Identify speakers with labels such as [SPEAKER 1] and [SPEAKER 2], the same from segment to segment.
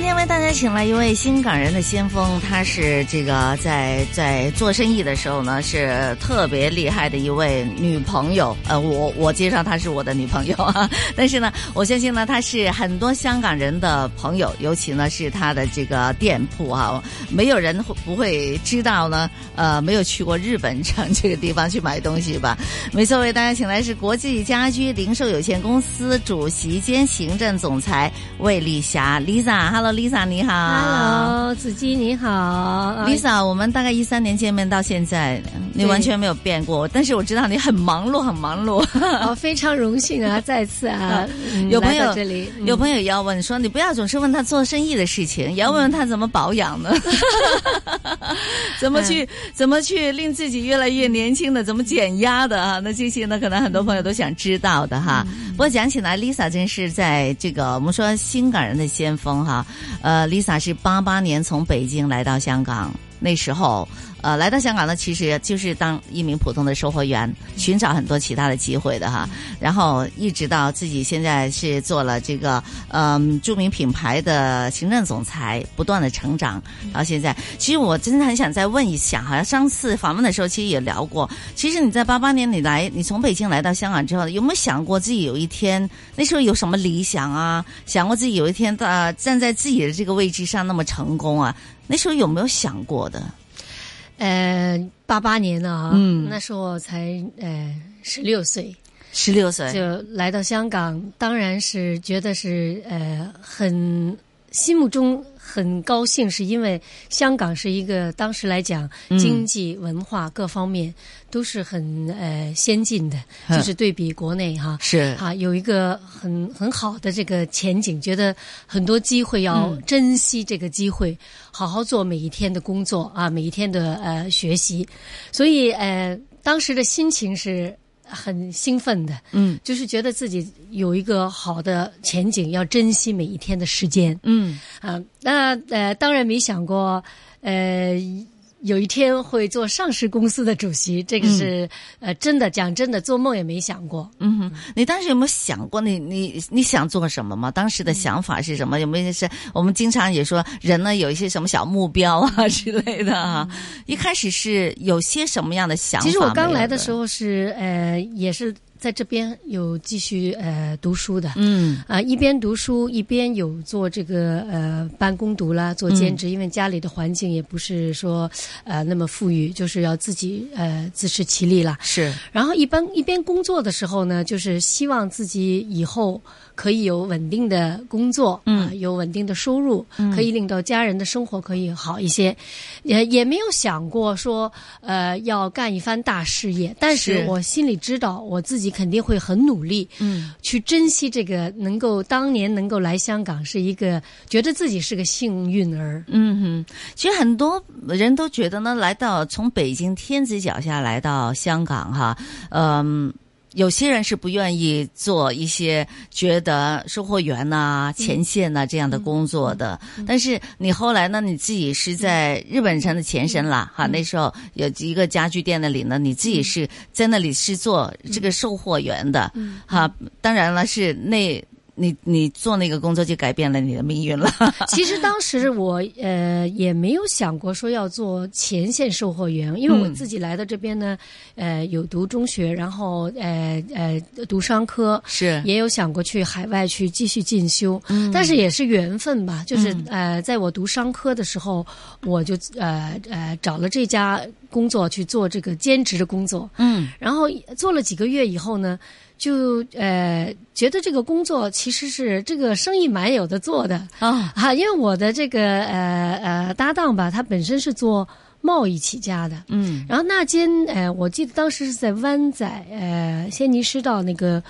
[SPEAKER 1] 天为大家请来一位新港人的先锋，他是这个在在做生意的时候呢，是特别厉害的一位女朋友。呃，我我介绍她是我的女朋友啊，但是呢，我相信呢，她是很多香港人的朋友，尤其呢是她的这个店铺啊，没有人会不会知道呢，呃，没有去过日本 城这个地方去买东西吧？没错，为大家请来是国际家居零售有限公司主席兼行政总裁魏丽霞 Lisa，Hello Lisa，你好。
[SPEAKER 2] Hello，子姬你好。啊
[SPEAKER 1] Lisa，我们大概一三年见面到现在，你
[SPEAKER 2] 对
[SPEAKER 1] 完全没有变过，但是我知道你很忙碌，很忙碌。
[SPEAKER 2] 哦，非常荣幸 啊，再次啊，嗯
[SPEAKER 1] 有朋
[SPEAKER 2] 来
[SPEAKER 1] 友
[SPEAKER 2] 到这里，嗯
[SPEAKER 1] 有朋友要问说，你不要总是问他做生意的事情，也要问问他怎么保养呢？ 怎么去怎么去令自己越来越年轻的，怎么减压的啊？那这些呢，可能很多朋友都想知道的哈。不过讲起来，Lisa 真是在这个我们说新港人的先锋哈。呃，Lisa 是八八年从北京来到香港，那时候。呃，来到香港呢，其实就是当一名普通的售货员，寻找很多其他的机会的哈。然后一直到自己现在是做了这个嗯、著名品牌的行政总裁，不断的成长。然后现在，其实我真的很想再问一下，好像上次访问的时候其实也聊过，其实你在八八年你来，你从北京来到香港之后，有没有想过自己有一天那时候有什么理想啊？想过自己有一天呃站在自己的这个位置上那么成功啊？那时候有没有想过的？
[SPEAKER 2] 呃，八八年啊，
[SPEAKER 1] 嗯
[SPEAKER 2] 那时候我才呃十六岁，
[SPEAKER 1] 十六岁，
[SPEAKER 2] 就来到香港，当然是觉得是呃很心目中很高兴，是因为香港是一个当时来讲
[SPEAKER 1] 嗯
[SPEAKER 2] 经济、文化各方面都是很呃先进的，
[SPEAKER 1] 嗯
[SPEAKER 2] 就是对比国内哈、
[SPEAKER 1] 是
[SPEAKER 2] 啊，有一个很很好的这个前景，觉得很多机会要珍惜这个机会，好好做每一天的工作啊，每一天的呃学习，所以呃，当时的心情是很兴奋的，
[SPEAKER 1] 嗯，
[SPEAKER 2] 就是觉得自己有一个好的前景，要珍惜每一天的时间
[SPEAKER 1] 嗯
[SPEAKER 2] 啊。那呃，当然没想过，呃。有一天会做上市公司的主席，这个是、呃真的，讲真的，做梦也没想过。
[SPEAKER 1] 嗯哼，你当时有没有想过你你你想做什么吗？当时
[SPEAKER 2] 嗯
[SPEAKER 1] 的想法是什么？有没有是我们经常也说人呢有一些什么小目标啊
[SPEAKER 2] 嗯
[SPEAKER 1] 之类的啊？一开始是有些什么样的想法？
[SPEAKER 2] 其实我刚来的时
[SPEAKER 1] 候，
[SPEAKER 2] 候是呃，也是在这边有继续呃读书的。
[SPEAKER 1] 嗯
[SPEAKER 2] 啊，一边读书一边有做这个呃办公读啦，做兼
[SPEAKER 1] 嗯
[SPEAKER 2] 职，因为家里的环境也不是说呃那么富裕，就是要自己呃自食其力啦。
[SPEAKER 1] 是
[SPEAKER 2] 然后一般一边工作的时候呢，就是希望自己以后可以有稳定的工作，
[SPEAKER 1] 嗯
[SPEAKER 2] 啊有稳定的收入，可以令到家人的生活可以好一些，也也没有想过说呃要干一番大事业，但是
[SPEAKER 1] 是
[SPEAKER 2] 我心里知道我自己肯定会很努力，
[SPEAKER 1] 嗯
[SPEAKER 2] 去珍惜这个能够当年能够来香港是一个觉得自己是个幸运儿，
[SPEAKER 1] 嗯哼，其实很多人都觉得呢，来到从北京天子脚下来到香港哈，嗯。有些人是不愿意做一些觉得售货员呐、前线呐、这样的工作的，但是你后来呢，你自己是在日本城的前身啦，哈，那时候有一个家具店那里呢，你自己是在那里是做这个售货员的，哈，当然了，是那你你做那个工作就改变了你的命运了，
[SPEAKER 2] 其实当时我呃也没有想过说要做前线售货员，因为我
[SPEAKER 1] 嗯
[SPEAKER 2] 自己来到这边呢，呃有读中学，然后呃呃读商科。
[SPEAKER 1] 是
[SPEAKER 2] 也有想过去海外去继续进修，
[SPEAKER 1] 嗯
[SPEAKER 2] 但是也是缘分吧。就是、呃，在我读商科的时候，我就呃呃找了这家工作去做这个兼职的工作。
[SPEAKER 1] 嗯。
[SPEAKER 2] 然后做了几个月以后呢，就呃觉得这个工作其实是这个生意蛮有的做的
[SPEAKER 1] 啊，
[SPEAKER 2] 啊，因为我的这个呃呃搭档吧，他本身是做贸易起家的，
[SPEAKER 1] 嗯
[SPEAKER 2] 然后那间呃，我记得当时是在湾仔呃仙尼诗道那个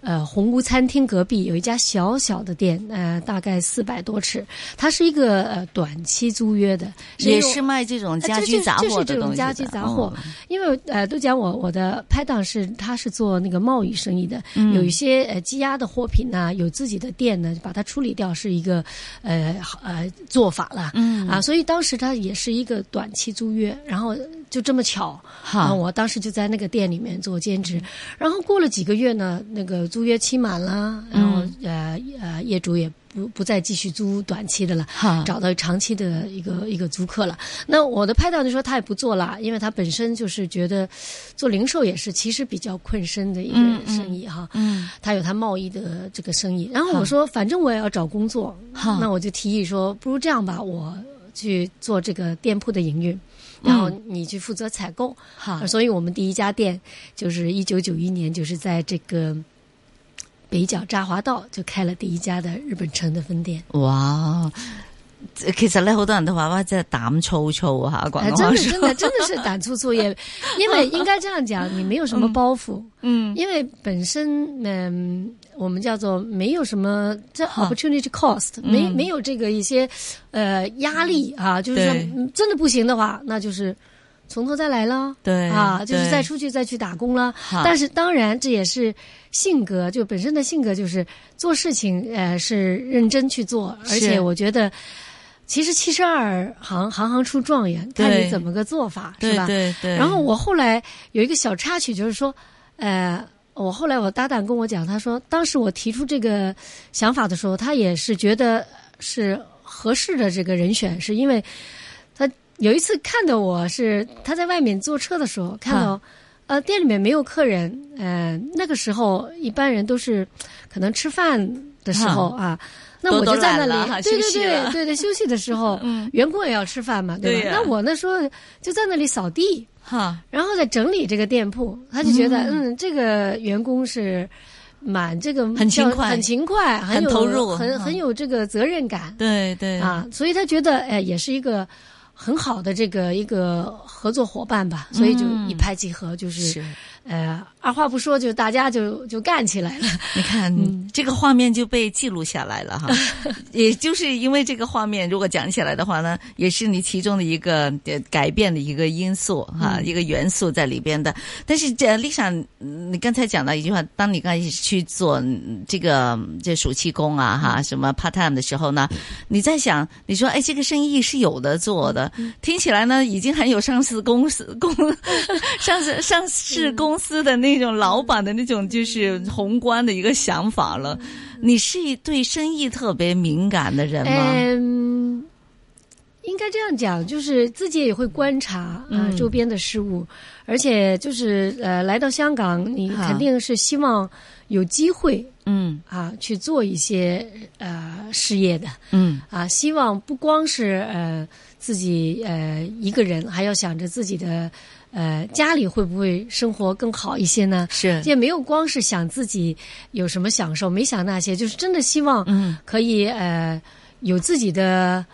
[SPEAKER 2] 呃红屋餐厅隔壁有一家小小的店，呃，大概四百多尺，它是一个呃短期租约的，
[SPEAKER 1] 也
[SPEAKER 2] 用
[SPEAKER 1] 是卖这种家
[SPEAKER 2] 呃这
[SPEAKER 1] 居
[SPEAKER 2] 就
[SPEAKER 1] 杂
[SPEAKER 2] 就
[SPEAKER 1] 货
[SPEAKER 2] 是这
[SPEAKER 1] 的
[SPEAKER 2] 种
[SPEAKER 1] 东西的。
[SPEAKER 2] 家居杂货
[SPEAKER 1] 哦
[SPEAKER 2] 因为呃，都讲我我的拍档是他是做那个贸易生意的，有一些呃积压的货品呢、有自己的店呢，把它处理掉是一个呃好呃做法了。嗯啊，所以当时他也是一个短期租约，然后就这么巧，啊，
[SPEAKER 1] 好，
[SPEAKER 2] 我当时就在那个店里面做兼职，然后过了几个月呢，那个租约期满啦，然后、呃呃业主也不不再继续租短期的了。
[SPEAKER 1] 好，
[SPEAKER 2] 找到长期的一个一个租客了。那我的拍档就说他也不做了，因为他本身就是觉得做零售也是其实比较困身的一个
[SPEAKER 1] 嗯嗯
[SPEAKER 2] 生意哈。
[SPEAKER 1] 嗯，
[SPEAKER 2] 他有他贸易的这个生意，然后
[SPEAKER 1] 好
[SPEAKER 2] 我说反正我也要找工作，
[SPEAKER 1] 好，
[SPEAKER 2] 那我就提议说，不如这样吧，我去做这个店铺的营运。
[SPEAKER 1] 嗯
[SPEAKER 2] 然后你去负责采购，
[SPEAKER 1] 好
[SPEAKER 2] 所以我们第一家店就是一九九一年，就是在这个北角渣华道就开了第一家的日本城的分店。
[SPEAKER 1] 哇！其實咧，好多人都話哇，真係膽粗粗啊！嚇廣
[SPEAKER 2] 哎，
[SPEAKER 1] 東
[SPEAKER 2] 真
[SPEAKER 1] 話
[SPEAKER 2] 的，
[SPEAKER 1] 說
[SPEAKER 2] 真的，真的是胆粗粗，也因为应该这样讲，你没有什么包袱，
[SPEAKER 1] 嗯，
[SPEAKER 2] 因为本身嗯，我们叫做没有什么这
[SPEAKER 1] 好
[SPEAKER 2] opportunity cost，、
[SPEAKER 1] 嗯
[SPEAKER 2] 没没有这个一些呃压力啊，就是说
[SPEAKER 1] 对
[SPEAKER 2] 嗯真的不行的话，那就是从头再来了。
[SPEAKER 1] 對
[SPEAKER 2] 啊，就是再
[SPEAKER 1] 對
[SPEAKER 2] 出去再去打工了，
[SPEAKER 1] 好
[SPEAKER 2] 但是当然这也是性格，就本身的性格就是做事情，呃，是认真去做，而
[SPEAKER 1] 是
[SPEAKER 2] 且我觉得，其实七十二行行行出状元，
[SPEAKER 1] 对
[SPEAKER 2] 看你怎么个做法，是
[SPEAKER 1] 對
[SPEAKER 2] 吧？
[SPEAKER 1] 對對，
[SPEAKER 2] 然后我后来有一个小插曲，就是说，呃，我后来我搭档跟我讲，他说当时我提出这个想法的时候，他也是觉得是合适的这个人选，是因为他有一次看到我是他在外面坐车的时候看到。呃，店里面没有客人，呃，那个时候一般人都是可能吃饭的时候啊，那我
[SPEAKER 1] 都
[SPEAKER 2] 就
[SPEAKER 1] 都
[SPEAKER 2] 在那
[SPEAKER 1] 懒
[SPEAKER 2] 里，
[SPEAKER 1] 了哈
[SPEAKER 2] 对
[SPEAKER 1] 休
[SPEAKER 2] 对
[SPEAKER 1] 息了
[SPEAKER 2] 对对对，休息的时候，
[SPEAKER 1] 嗯
[SPEAKER 2] 员工也要吃饭嘛，对吧？
[SPEAKER 1] 对呀
[SPEAKER 2] 那我那时候就在那里扫地，
[SPEAKER 1] 哈
[SPEAKER 2] 然后在整理这个店铺，他就觉得，嗯，这个员工是蛮这个
[SPEAKER 1] 很勤
[SPEAKER 2] 叫
[SPEAKER 1] 快
[SPEAKER 2] 很勤快，很有
[SPEAKER 1] 很投入
[SPEAKER 2] 很
[SPEAKER 1] 嗯
[SPEAKER 2] 很有这个责任感
[SPEAKER 1] 對對
[SPEAKER 2] 啊，所以他觉得，哎，也是一个很好的这个一个合作伙伴吧，所以就
[SPEAKER 1] 嗯
[SPEAKER 2] 一拍即合，就是呃，二话不说就大家就就干起来了。
[SPEAKER 1] 你看、
[SPEAKER 2] 嗯
[SPEAKER 1] 这个画面就被记录下来 了哈，也就是因为这个画面，如果讲起来的话呢，也是你其中的一个呃改变的一个因素哈，
[SPEAKER 2] 嗯
[SPEAKER 1] 一个元素在里边的。但是这 Lisa，嗯你刚才讲到一句话，当你刚开始去做嗯这个嗯这暑期工啊哈，
[SPEAKER 2] 嗯
[SPEAKER 1] 什么 part time 的时候呢，你在想，你说哎，这个生意是有的做的，听起来呢已经很有上市公司公 上市上市公司的那种老板的那种就是宏观的一个想法了。
[SPEAKER 2] 嗯
[SPEAKER 1] 你是对生意特别敏感的人吗？
[SPEAKER 2] 嗯，应该这样讲，就是自己也会观察啊、呃
[SPEAKER 1] 嗯
[SPEAKER 2] 周边的事物，而且就是呃来到香港，你
[SPEAKER 1] 啊
[SPEAKER 2] 肯定是希望有机会
[SPEAKER 1] 嗯
[SPEAKER 2] 啊去做一些呃事业的
[SPEAKER 1] 嗯，
[SPEAKER 2] 啊，希望不光是呃自己呃一个人，还要想着自己的呃家里会不会生活更好一些呢？
[SPEAKER 1] 是
[SPEAKER 2] 也没有光是想自己有什么享受，没想那些，就是真的希望
[SPEAKER 1] 嗯，
[SPEAKER 2] 可以呃有自己的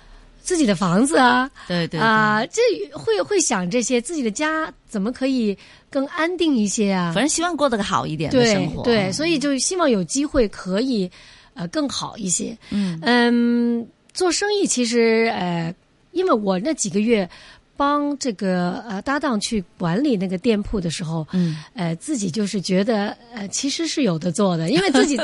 [SPEAKER 2] 自己的房子啊
[SPEAKER 1] 对对
[SPEAKER 2] 啊、这会会想这些，自己的家怎么可以更安定一些啊
[SPEAKER 1] 对反？正希望过得好一点的
[SPEAKER 2] 对
[SPEAKER 1] 生活。
[SPEAKER 2] 对，所以就希望有机会可以呃更好一些。
[SPEAKER 1] 嗯
[SPEAKER 2] 嗯，做生意其实呃，因为我那几个月帮这个呃搭档去管理那个店铺的时候，
[SPEAKER 1] 嗯，
[SPEAKER 2] 呃，自己就是觉得呃，其实是有的做 的，因为自己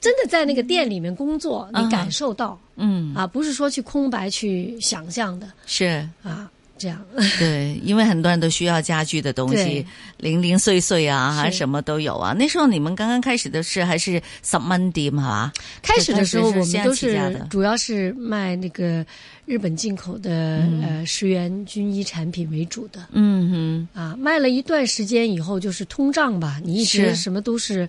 [SPEAKER 2] 真的在那个店里面工作，
[SPEAKER 1] 嗯
[SPEAKER 2] 你感受到、
[SPEAKER 1] 嗯，
[SPEAKER 2] 啊，不是说去空白去想象的
[SPEAKER 1] 是
[SPEAKER 2] 啊，这样
[SPEAKER 1] 对，因为很多人都需要家居的东西
[SPEAKER 2] 对，
[SPEAKER 1] 零零碎碎啊，
[SPEAKER 2] 是
[SPEAKER 1] 还什么都有啊。那时候你们刚刚开始的是还是十蚊店好吧？
[SPEAKER 2] 开始的时候
[SPEAKER 1] 开始
[SPEAKER 2] 我们
[SPEAKER 1] 是这样
[SPEAKER 2] 都
[SPEAKER 1] 起家的
[SPEAKER 2] 是主要是卖那个日本进口的、呃十元军医产品为主的
[SPEAKER 1] 嗯
[SPEAKER 2] 啊，卖了一段时间以后就是通胀吧，你一直
[SPEAKER 1] 是
[SPEAKER 2] 什么都是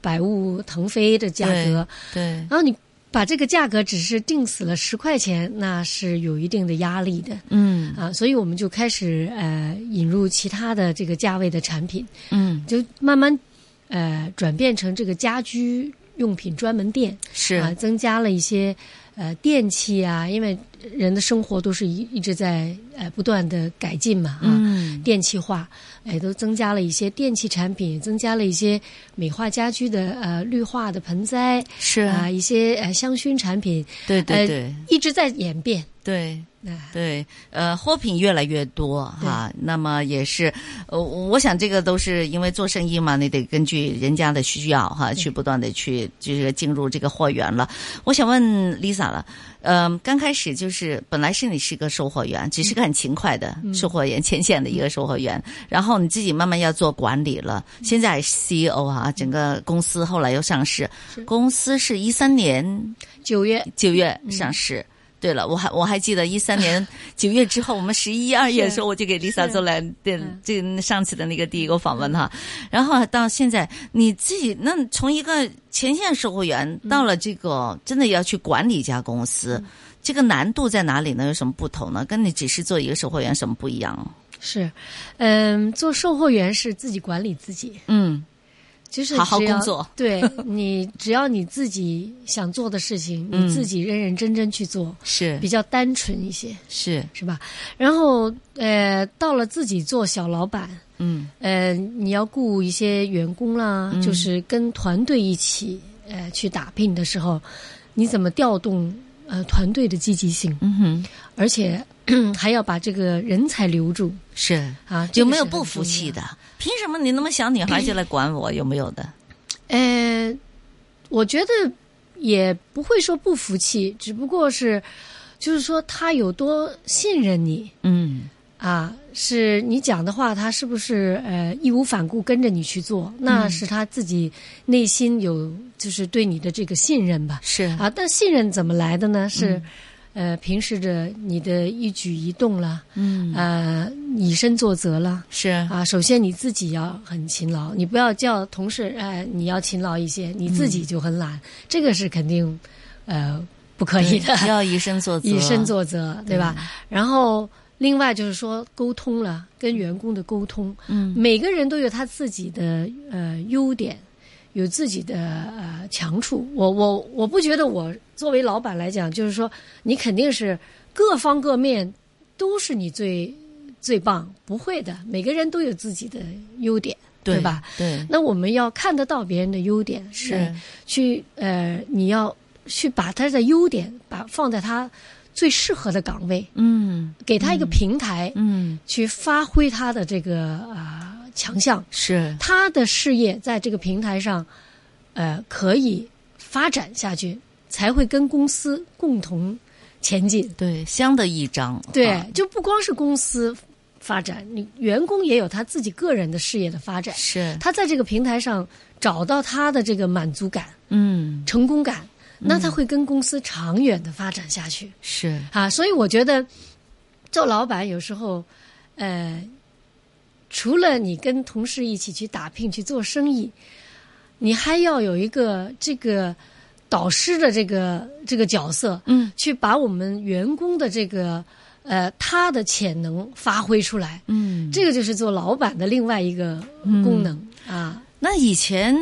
[SPEAKER 2] 百物腾飞的价格，
[SPEAKER 1] 哼，对，
[SPEAKER 2] 然后你把这个价格只是定死了十块钱，那是有一定的压力的
[SPEAKER 1] 嗯
[SPEAKER 2] 啊，所以我们就开始呃引入其他的这个价位的产品，
[SPEAKER 1] 嗯，
[SPEAKER 2] 就慢慢呃转变成这个家居用品专门店
[SPEAKER 1] 是
[SPEAKER 2] 啊，增加了一些呃电器啊，因为人的生活都是一一直在呃不断的改进嘛啊，
[SPEAKER 1] 嗯
[SPEAKER 2] 电气化，哎，都增加了一些电器产品，增加了一些美化家居的呃绿化的盆栽
[SPEAKER 1] 是
[SPEAKER 2] 啊、，一些呃香薰产品，
[SPEAKER 1] 对对
[SPEAKER 2] 呃
[SPEAKER 1] 对
[SPEAKER 2] 一直在演变。
[SPEAKER 1] 对。
[SPEAKER 2] 啊
[SPEAKER 1] 对，呃，货品越来越多
[SPEAKER 2] 对
[SPEAKER 1] 哈，那么也是，呃，我想这个都是因为做生意嘛，你得根据人家的需要
[SPEAKER 2] 嗯
[SPEAKER 1] 哈，去不断的去就是进入这个货源了。我想问 Lisa 了，嗯、刚开始就是本来是你是个售货员，只是个很勤快的
[SPEAKER 2] 嗯
[SPEAKER 1] 售货员，前线的一个售货员，然后你自己慢慢要做管理了，
[SPEAKER 2] 嗯
[SPEAKER 1] 现在还是 CEO 哈，整个公司后来又上市，公司是一三年
[SPEAKER 2] 九月嗯
[SPEAKER 1] 九月上市。对了，我还我还记得一 三年九月之后，我们十一二月的时候，我就给 Lisa
[SPEAKER 2] 是
[SPEAKER 1] 做了对
[SPEAKER 2] 嗯
[SPEAKER 1] 这个上次的那个第一个访问哈，然后到现在你自己那从一个前线售货员
[SPEAKER 2] 嗯
[SPEAKER 1] 到了这个真的要去管理一家公司，这个难度在哪里呢？有什么不同呢？跟你只是做一个售货员有什么不一样？
[SPEAKER 2] 是，嗯，做售货员是自己管理自己，
[SPEAKER 1] 嗯，
[SPEAKER 2] 就是
[SPEAKER 1] 好好
[SPEAKER 2] 只要
[SPEAKER 1] 工作
[SPEAKER 2] 对你，只要你自己想做的事情，
[SPEAKER 1] 嗯
[SPEAKER 2] 你自己认认真真去做，
[SPEAKER 1] 是
[SPEAKER 2] 比较单纯一些，
[SPEAKER 1] 是，
[SPEAKER 2] 是吧？然后呃，到了自己做小老板，
[SPEAKER 1] 嗯
[SPEAKER 2] 呃，你要雇一些员工啦，
[SPEAKER 1] 嗯
[SPEAKER 2] 就是跟团队一起呃去打拼的时候，你怎么调动呃团队的积极性，
[SPEAKER 1] 嗯哼，
[SPEAKER 2] 而且 还要把这个人才留住
[SPEAKER 1] 是
[SPEAKER 2] 啊？这
[SPEAKER 1] 有
[SPEAKER 2] 个
[SPEAKER 1] 没有
[SPEAKER 2] 是很
[SPEAKER 1] 不服
[SPEAKER 2] 重要
[SPEAKER 1] 气的？凭什么你那么小女孩就来管我？有没有的？
[SPEAKER 2] 呃，我觉得也不会说不服气，只不过是，就是说他有多信任你
[SPEAKER 1] 嗯。
[SPEAKER 2] 啊，是你讲的话，他是不是呃义无反顾跟着你去做？那
[SPEAKER 1] 嗯
[SPEAKER 2] 是他自己内心有就是对你的这个信任吧。
[SPEAKER 1] 是
[SPEAKER 2] 啊，但信任怎么来的呢？是，
[SPEAKER 1] 嗯
[SPEAKER 2] 呃，平时的你的一举一动啦，
[SPEAKER 1] 嗯，
[SPEAKER 2] 呃，以身作则啦，
[SPEAKER 1] 是
[SPEAKER 2] 啊，首先你自己要很勤劳，你不要叫同事，哎，你要勤劳一些，你自
[SPEAKER 1] 嗯
[SPEAKER 2] 己就很懒，这个是肯定，呃，不可以的，
[SPEAKER 1] 要以身作则，
[SPEAKER 2] 以身
[SPEAKER 1] 啊
[SPEAKER 2] 作则，对
[SPEAKER 1] 嗯
[SPEAKER 2] 吧？然后另外就是说沟通了，跟员工的沟通，
[SPEAKER 1] 嗯
[SPEAKER 2] 每个人都有他自己的呃优点，有自己的呃强处。我我我不觉得我作为老板来讲，就是说你肯定是各方各面都是你最最棒，不会的，每个人都有自己的优点，对吧？？
[SPEAKER 1] 对，
[SPEAKER 2] 那我们要看得到别人的优点，
[SPEAKER 1] 是
[SPEAKER 2] 呃去呃，你要去把他的优点把放在他最适合的岗位，
[SPEAKER 1] 嗯
[SPEAKER 2] 给他一个平台，
[SPEAKER 1] 嗯
[SPEAKER 2] 去发挥他的这个啊、呃强项，
[SPEAKER 1] 是
[SPEAKER 2] 他的事业在这个平台上，呃，可以发展下去，才会跟公司共同前进。
[SPEAKER 1] 对相得益彰，
[SPEAKER 2] 对，
[SPEAKER 1] 啊
[SPEAKER 2] 就不光是公司发展，你员工也有他自己个人的事业的发展，
[SPEAKER 1] 是
[SPEAKER 2] 他在这个平台上找到他的这个满足感、
[SPEAKER 1] 嗯
[SPEAKER 2] 成功感，那他会跟公司长远的发展下去。
[SPEAKER 1] 是
[SPEAKER 2] 啊，所以我觉得做老板有时候，呃，除了你跟同事一起去打拼去做生意，你还要有一个这个导师的这个这个角色，
[SPEAKER 1] 嗯，
[SPEAKER 2] 去把我们员工的这个呃他的潜能发挥出来，
[SPEAKER 1] 嗯。
[SPEAKER 2] 这个就是做老板的另外一个功能、啊，
[SPEAKER 1] 那以前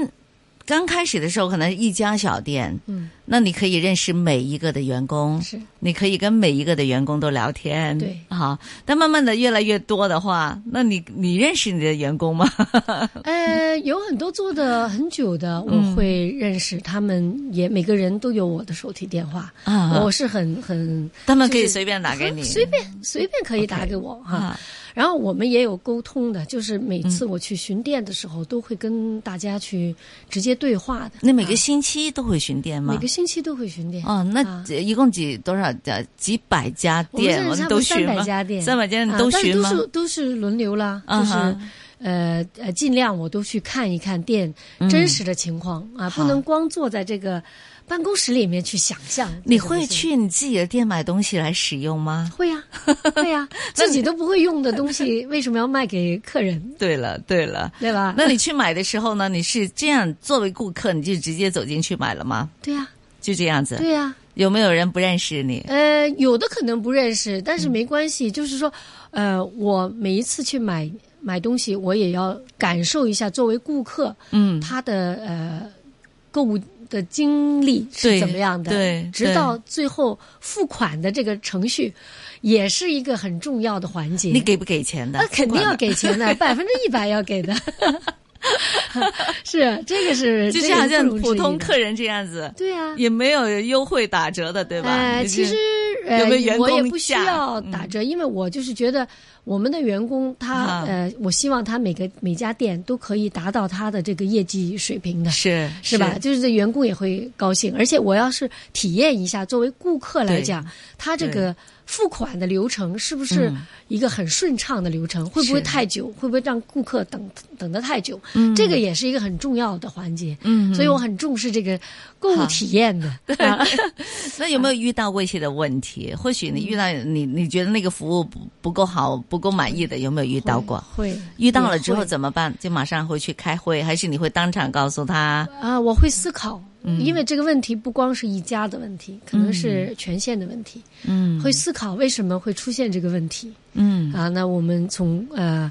[SPEAKER 1] 刚开始的时候，可能一家小店，
[SPEAKER 2] 嗯，
[SPEAKER 1] 那你可以认识每一个的员工，
[SPEAKER 2] 是
[SPEAKER 1] 你可以跟每一个的员工都聊天，
[SPEAKER 2] 对
[SPEAKER 1] 啊。但慢慢的越来越多的话，那你你认识你的员 工吗？
[SPEAKER 2] 呃，有很多做的很久的，
[SPEAKER 1] 嗯
[SPEAKER 2] 我会认识他们，也每个人都有我的手提电话，
[SPEAKER 1] 啊
[SPEAKER 2] 我是很很
[SPEAKER 1] 他们可以
[SPEAKER 2] 就是
[SPEAKER 1] 随便打给你，
[SPEAKER 2] 随便随便可以打给我哈。
[SPEAKER 1] 啊，嗯
[SPEAKER 2] 然后我们也有沟通的，就是每次我去巡店的时候，都会跟大家去直接对话的。
[SPEAKER 1] 那每个
[SPEAKER 2] 啊
[SPEAKER 1] 星期都会巡店吗？
[SPEAKER 2] 每个星期都会巡店，
[SPEAKER 1] 嗯哦，那
[SPEAKER 2] 啊
[SPEAKER 1] 这一共几多少家？几百家
[SPEAKER 2] 我们
[SPEAKER 1] 店，
[SPEAKER 2] 现在
[SPEAKER 1] 们
[SPEAKER 2] 差不
[SPEAKER 1] 都
[SPEAKER 2] 多三
[SPEAKER 1] 巡
[SPEAKER 2] 百
[SPEAKER 1] 吗？
[SPEAKER 2] 家店，
[SPEAKER 1] 三百家你
[SPEAKER 2] 啊
[SPEAKER 1] 都
[SPEAKER 2] 但
[SPEAKER 1] 巡
[SPEAKER 2] 是
[SPEAKER 1] 吗
[SPEAKER 2] 都？是都是轮流啦，
[SPEAKER 1] 啊
[SPEAKER 2] 就是
[SPEAKER 1] 哈
[SPEAKER 2] 呃呃，尽量我都去看一看店
[SPEAKER 1] 嗯
[SPEAKER 2] 真实的情况、啊，
[SPEAKER 1] 好
[SPEAKER 2] 不能光坐在这个办公室里面去想象。
[SPEAKER 1] 你会？去你自己的店买东西来使用吗？
[SPEAKER 2] 会 呀、会呀、自己都不会用的东西，为什么要卖给客人？
[SPEAKER 1] 对了，对了。
[SPEAKER 2] 对吧？
[SPEAKER 1] 那你去买的时候呢？你是这样作为顾客，你就直接走进去买了吗？
[SPEAKER 2] 对呀、
[SPEAKER 1] 就这样子，
[SPEAKER 2] 对呀、
[SPEAKER 1] 有没有人不认识你？
[SPEAKER 2] 呃，有的可能不认识，但是没关系，就是说，呃，我每一次去买买东西，我也要感受一下作为顾客
[SPEAKER 1] 嗯，
[SPEAKER 2] 他的呃购物的经历是
[SPEAKER 1] 对
[SPEAKER 2] 怎么样的，
[SPEAKER 1] 对对
[SPEAKER 2] 直到最后付款的这个程序，也是一个很重要的环节。
[SPEAKER 1] 你给不给钱的？
[SPEAKER 2] 那肯定要
[SPEAKER 1] 管
[SPEAKER 2] 给钱的，百分之一百要给的。 是，这个是
[SPEAKER 1] 的，就
[SPEAKER 2] 这
[SPEAKER 1] 是
[SPEAKER 2] 个
[SPEAKER 1] 好像
[SPEAKER 2] 不容置
[SPEAKER 1] 普
[SPEAKER 2] 疑
[SPEAKER 1] 通
[SPEAKER 2] 的
[SPEAKER 1] 客人这样子，
[SPEAKER 2] 对啊，
[SPEAKER 1] 也没有优惠打折的，对吧？
[SPEAKER 2] 呃，
[SPEAKER 1] 就是
[SPEAKER 2] 其实呃
[SPEAKER 1] 有没有员
[SPEAKER 2] 我也
[SPEAKER 1] 工
[SPEAKER 2] 不需
[SPEAKER 1] 价
[SPEAKER 2] 要打折，因为我就是觉得我们的员工他、
[SPEAKER 1] 啊
[SPEAKER 2] 呃，我希望他每个每家店都可以达到他的这个业绩水平的。
[SPEAKER 1] 是
[SPEAKER 2] 是吧？就是这员工也会高兴，而且我要是体验一下，作为顾客来
[SPEAKER 1] 对
[SPEAKER 2] 讲，他这个付款的流程是不是
[SPEAKER 1] 嗯
[SPEAKER 2] 一个很顺畅的流程？会不会
[SPEAKER 1] 是
[SPEAKER 2] 太久？会不会让顾客等等得太久？
[SPEAKER 1] 嗯
[SPEAKER 2] 这个也是一个很重要的环节。
[SPEAKER 1] 嗯
[SPEAKER 2] 所以我很重视这个购物
[SPEAKER 1] 好
[SPEAKER 2] 体验的。啊
[SPEAKER 1] 那有没有遇到过一些的问题？或许你遇到你你觉得那个服务不不够好、不够满意的，有没有遇到过？
[SPEAKER 2] 会
[SPEAKER 1] 遇到了之后
[SPEAKER 2] 也会
[SPEAKER 1] 怎么办？就马上回去开会，还是你会当场告诉他？
[SPEAKER 2] 啊，我会思考，嗯
[SPEAKER 1] 嗯
[SPEAKER 2] 因为这个问题不光是一家的问题，可能是全县的问题，
[SPEAKER 1] 嗯
[SPEAKER 2] 会思考为什么会出现这个问题
[SPEAKER 1] 嗯
[SPEAKER 2] 啊？那我们从呃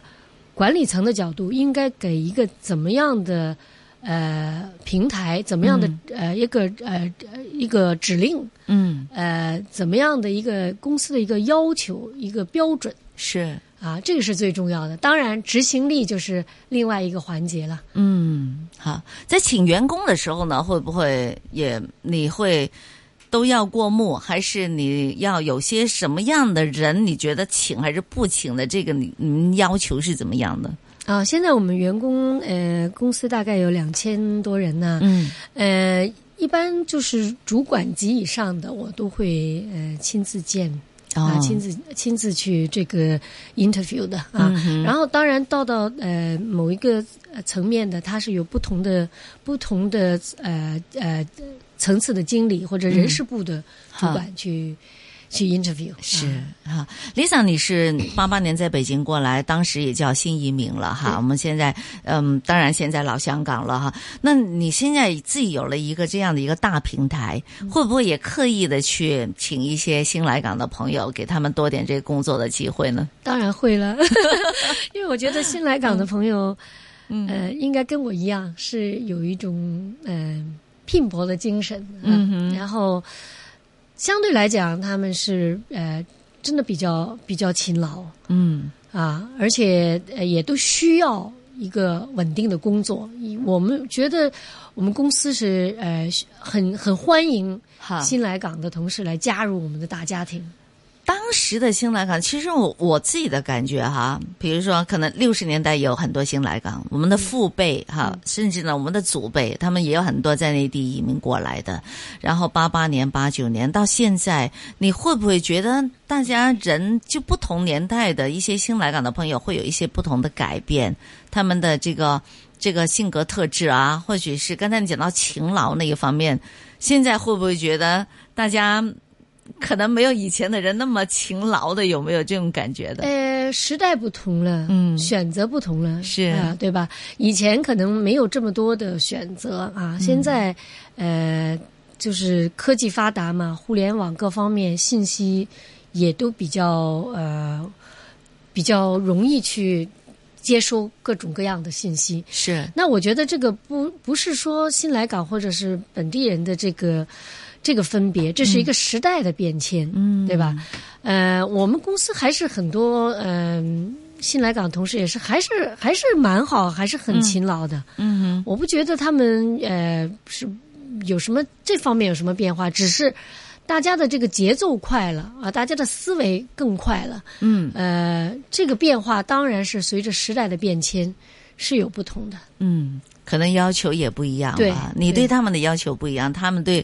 [SPEAKER 2] 管理层的角度，应该给一个怎么样的呃平台，怎么样的、呃一个呃呃一个指令，
[SPEAKER 1] 嗯，
[SPEAKER 2] 呃怎么样的一个公司的一个要求，一个标准。
[SPEAKER 1] 是
[SPEAKER 2] 啊，这个是最重要的。当然，执行力就是另外一个环节了。
[SPEAKER 1] 嗯好。在请员工的时候呢，会不会也你会都要过目？还是你要有些什么样的人？你觉得请还是不请的？这个你您要求是怎么样的？
[SPEAKER 2] 啊，现在我们员工呃，公司大概有两千多人呢、
[SPEAKER 1] 嗯
[SPEAKER 2] 呃，一般就是主管级以上的，我都会呃亲自见啊、
[SPEAKER 1] 哦
[SPEAKER 2] 亲自亲自去这个 interview 的啊。
[SPEAKER 1] 嗯哼
[SPEAKER 2] 然后，当然到到呃某一个呃层面的，它是有不同的不同的呃呃层次的经理或者人事部的主
[SPEAKER 1] 嗯好
[SPEAKER 2] 管去、去 interview 啊
[SPEAKER 1] 是哈，Lisa，你是八八年在北京过来，当时也叫新移民了哈。我们现在，嗯，当然现在老香港了哈。那你现在自己有了一个这样的一个大平台，会不会也刻意的去请一些新来港的朋友，给他们多点这个工作的机会呢？
[SPEAKER 2] 当然会 了，因为我觉得新来港的朋友，
[SPEAKER 1] 嗯
[SPEAKER 2] 呃，应该跟我一样是有一种嗯、呃、拼搏的精神，
[SPEAKER 1] 嗯
[SPEAKER 2] 哼，然后相对来讲，他们是呃真的比较比较勤劳
[SPEAKER 1] 嗯
[SPEAKER 2] 啊，而且呃也都需要一个稳定的工作。以我们觉得我们公司是呃很很欢迎
[SPEAKER 1] 好。
[SPEAKER 2] 新来港的同事来加入我们的大家庭。
[SPEAKER 1] 当时的新来港，其实我我自己的感觉哈，比如说可能六十年代也有很多新来港，我们的父辈哈，甚至呢我们的祖辈，他们也有很多在内地移民过来的。然后八八年、八九年到现在，你会不会觉得大家人就不同年代的一些新来港的朋友会有一些不同的改变，他们的这个这个性格特质啊，或许是刚才你讲到勤劳那一方面，呃现在会不会觉得大家？可能没有以前的人那么勤劳的，有没有这种感觉的？
[SPEAKER 2] 呃，时代不同了，
[SPEAKER 1] 嗯
[SPEAKER 2] 选择不同了，
[SPEAKER 1] 是
[SPEAKER 2] 啊、对吧？以前可能没有这么多的选择啊，
[SPEAKER 1] 嗯
[SPEAKER 2] 现在，呃，就是科技发达嘛，互联网各方面信息也都比较呃比较容易去接收各种各样的信息。
[SPEAKER 1] 是，
[SPEAKER 2] 那我觉得这个不不是说新来港或者是本地人的这个这个分别，这
[SPEAKER 1] 嗯
[SPEAKER 2] 是一个时代的变迁，嗯，对吧？呃，我们公司还是很多嗯、新来港同事也是还是还是蛮好，还是很勤劳的。
[SPEAKER 1] 嗯
[SPEAKER 2] 我不觉得他们呃是有什么这方面有什么变化，只是大家的这个节奏快了啊，大家的思维更快了。
[SPEAKER 1] 嗯
[SPEAKER 2] 呃，这个变化当然是随着时代的变迁是有不同的。
[SPEAKER 1] 嗯，可能要求也不一样
[SPEAKER 2] 对
[SPEAKER 1] 吧。你
[SPEAKER 2] 对
[SPEAKER 1] 对他们的要求不一样，他们对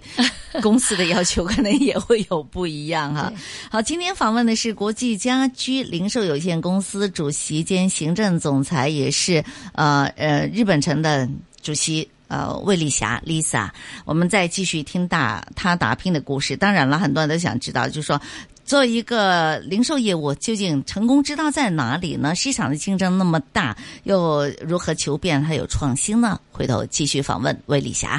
[SPEAKER 1] 公司的要求可能也会有不一样哈
[SPEAKER 2] 对。
[SPEAKER 1] 好，今天访问的是国际家居零售有限公司主席兼行政总裁，也是呃呃日本城的主席。呃，魏丽霞 Lisa，我们再继续听大她打拼的故事。当然了，很多人都想知道，就是说作为一个零售业务，究竟成功之道在哪里呢？市场的竞争那么大，又如何求变还有创新呢？回头继续访问魏丽霞。